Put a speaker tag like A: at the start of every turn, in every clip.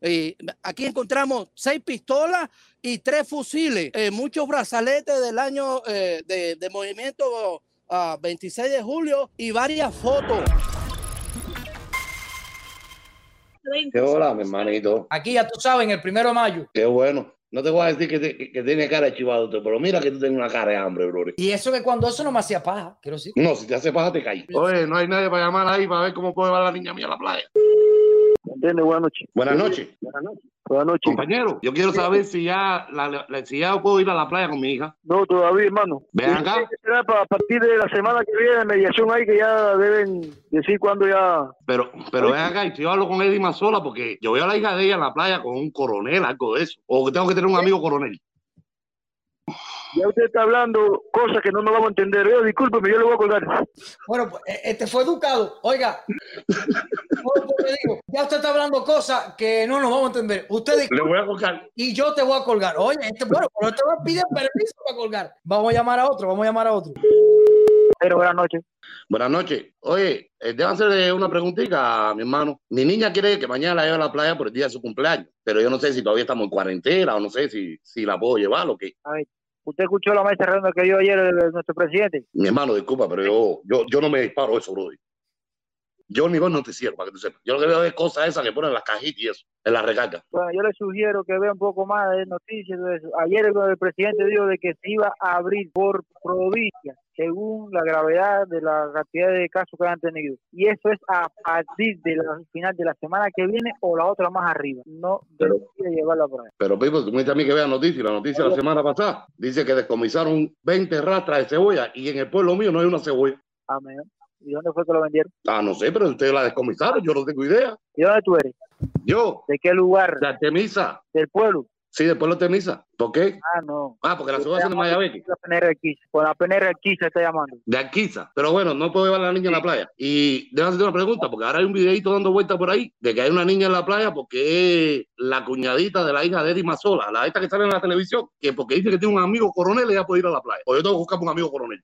A: Eh, aquí encontramos seis pistolas y tres fusiles, eh, muchos brazaletes del año eh, de, de, movimiento uh, 26 de julio y varias fotos.
B: Qué hola, mi hermanito.
C: Aquí ya tú sabes, en el primero de mayo.
B: Qué bueno. No te voy a decir que, te, que, que tiene cara de chivado, pero mira que tú tienes una cara de hambre, brother.
C: Y eso que cuando eso no me hacía paja, quiero decir.
B: No, si te hace paja, te caí.
D: Oye, no hay nadie para llamar ahí para ver cómo puede llevar a la niña mía a la playa.
E: Entiende, buenas noches.
B: Buenas noches.
E: Buenas noches. Buenas noches.
D: Compañero, yo quiero saber si ya, la, la, si ya puedo ir a la playa con mi hija.
E: No, todavía, hermano.
D: Ven acá.
E: Será para, a partir de la semana que viene, mediación ahí que ya deben decir cuándo ya.
D: Pero, pero ven acá, y si yo hablo con Eddie sola, porque yo veo a la hija de ella en la playa con un coronel, algo de eso. O que tengo que tener un amigo coronel.
E: Ya usted está hablando cosas que no nos vamos a entender. Yo, discúlpeme, yo le voy a colgar.
C: Bueno, este fue educado. Oiga, le digo, ya usted está hablando cosas que no nos vamos a entender. Usted
D: le voy a colgar.
C: Y yo te voy a colgar. Oye, este, bueno, pero te voy a pedir permiso para colgar. Vamos a llamar a otro, vamos a llamar a otro.
E: Pero buenas noches.
D: Buenas noches. Oye, eh, debo hacerle una preguntita a mi hermano. Mi niña quiere que mañana la lleve a la playa por el día de su cumpleaños, pero yo no sé si todavía estamos en cuarentena o no sé si, si la puedo llevar o qué.
E: A ver. ¿Usted escuchó la maestra ronda que dio ayer de nuestro presidente?
D: Mi hermano, disculpa, pero yo, yo, yo no me disparo eso, bro. Yo ni vos no te sirvo, para que tú sepas. Yo lo que veo es cosas esas que ponen en las cajitas y eso, en las recargas.
E: Bueno, yo le sugiero que vea un poco más de noticias de eso. Ayer el, el presidente dijo de que se iba a abrir por provincia según la gravedad de la cantidad de casos que han tenido. Y eso es a partir del final de la semana que viene o la otra más arriba. No pero, llevarla por ahí.
D: Pero, Pipo, tú me dices a mí que vea noticias. La noticia de la semana pasada dice que descomisaron 20 rastras de cebolla y en el pueblo mío no hay una cebolla.
E: Amén. ¿Y dónde fue que lo vendieron?
D: Ah, no sé, pero ustedes la descomisaron, yo no tengo idea.
E: ¿Y dónde tú eres?
D: Yo.
E: ¿De qué lugar?
D: De Artemisa.
E: ¿Del pueblo?
D: Sí, del pueblo de Artemisa. ¿Por qué?
E: Ah, no.
D: Ah, porque la cebolla es de Mayabeque.
E: La PNR Alquiza. Con la PNR Alquiza está llamando.
D: De Alquiza. Pero bueno, no puedo llevar a la niña a la playa. Y déjame hacerte una pregunta, porque ahora hay un videito dando vueltas por ahí de que hay una niña en la playa porque es la cuñadita de la hija de Eddie Mazola, la esta que sale en la televisión, que porque dice que tiene un amigo coronel, ella puede ir a la playa. O yo tengo que buscar un amigo coronel.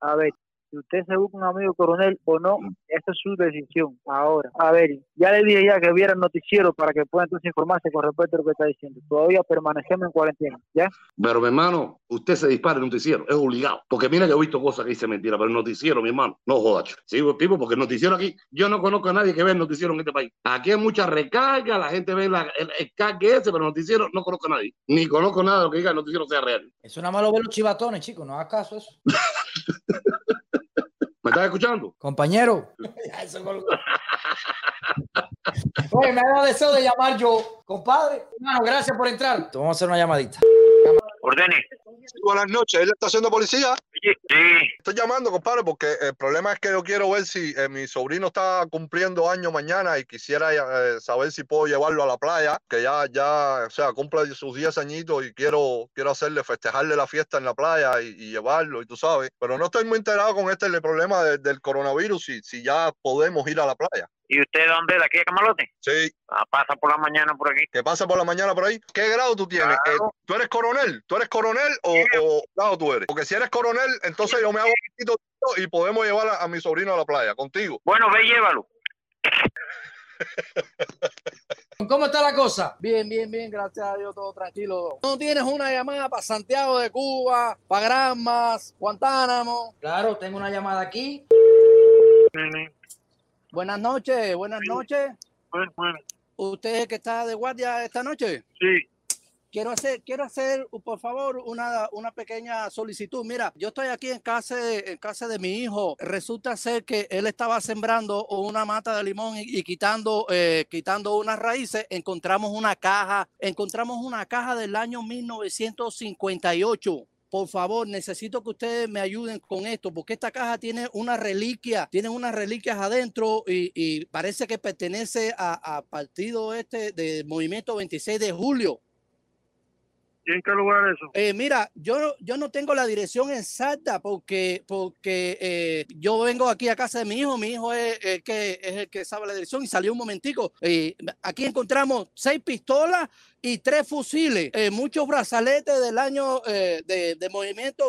E: A ver, si usted se busca un amigo coronel o no, esa es su decisión ahora. A ver, ya le dije ya que viera el noticiero para que pueda entonces informarse con respecto a lo que está diciendo. Todavía permanecemos en cuarentena, ¿ya?
D: Pero mi hermano, usted se dispara en el noticiero, es obligado. Porque mira que he visto cosas que dice mentira, pero el noticiero, mi hermano, no jodas. Sí, tipo, porque el noticiero aquí, yo no conozco a nadie que ve el noticiero en este país. Aquí hay mucha recarga, la gente ve la, el, el cargue ese, pero el noticiero no conozco a nadie. Ni conozco nada de lo que diga el noticiero sea real.
C: Eso nada más lo ven los chivatones, chicos, no hagas caso eso.
D: ¿Me estás escuchando?
C: Compañero. Oye, me da deseo de llamar yo. Compadre, hermano, gracias por entrar. Te vamos a hacer una llamadita.
F: Ordene.
G: Buenas noches, ¿es la estación de policía?
F: Sí.
G: Estoy llamando, compadre, porque el problema es que yo quiero ver si eh, mi sobrino está cumpliendo año mañana y quisiera eh, saber si puedo llevarlo a la playa, que ya, ya, o sea, cumple sus 10 añitos y quiero, quiero hacerle, festejarle la fiesta en la playa y, y llevarlo, y tú sabes. Pero no estoy muy enterado con este el problema de, del coronavirus y si ya podemos ir a la playa.
F: ¿Y usted dónde? ¿De aquí de Camalote?
G: Sí.
F: Ah, pasa por la mañana por aquí.
G: ¿Qué pasa por la mañana por ahí? ¿Qué grado tú tienes? Claro. Eh, ¿Tú eres coronel? ¿Tú eres coronel o, sí. o, grado tú eres? Porque si eres coronel, entonces yo me hago un poquito y podemos llevar a, a mi sobrino a la playa contigo.
F: Bueno, ve y llévalo.
C: ¿Cómo está la cosa?
A: Bien, bien, bien, gracias a Dios, todo tranquilo. ¿No tienes una llamada para Santiago de Cuba, para Granmas, Guantánamo?
C: Claro, tengo una llamada aquí.
A: Mm. Buenas noches, buenas noches.
E: pues,
F: Bueno, bueno.
A: ¿Usted es el que está de guardia esta noche?
F: Sí.
A: Quiero hacer, quiero hacer, uh, por favor, una, una pequeña solicitud. Mira, yo estoy aquí en casa, de, en casa de mi hijo. Resulta ser que él estaba sembrando una mata de limón y, y quitando, eh, quitando unas raíces. Encontramos una caja, encontramos una caja del año 1958 por favor, necesito que ustedes me ayuden con esto, porque esta caja tiene una reliquia, tiene unas reliquias adentro y, y parece que pertenece a, a, partido este de Movimiento 26 de Julio.
F: ¿Y en qué lugar es eso?
A: Eh, mira, yo, yo no tengo la dirección exacta porque, porque eh, yo vengo aquí a casa de mi hijo, mi hijo es, el que, es el que sabe la dirección y salió un momentico. Eh, aquí encontramos seis pistolas y tres fusiles, eh, muchos brazaletes del año eh, de, de, movimiento.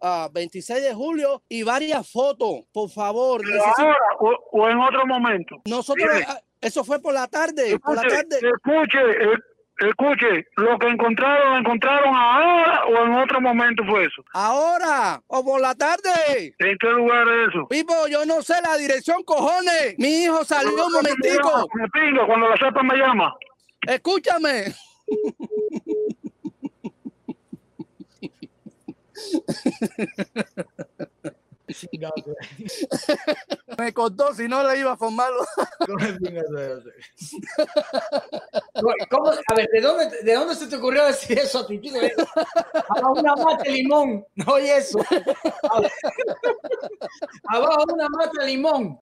A: Uh, 26 de julio y varias fotos, por favor.
F: Pero necesito... ahora o, o, en otro momento.
A: Nosotros, ah, Eso fue por la tarde, por la tarde.
E: escuche, eh, escuche, lo que encontraron, lo encontraron ahora o en otro momento fue eso.
A: Ahora, o por la tarde.
E: ¿En qué lugar es eso?
A: Pipo, yo no sé la dirección, cojones. Mi hijo salió un momentico.
E: Me pinga, cuando la sepa me llama.
A: Escúchame. Me contó si no le iba a formarlo.
C: ¿Cómo? A ver, ¿de dónde, ¿de dónde se te ocurrió decir eso a ti? chico? Abajo una mata de limón. No, oye eso. Abajo una mata de limón.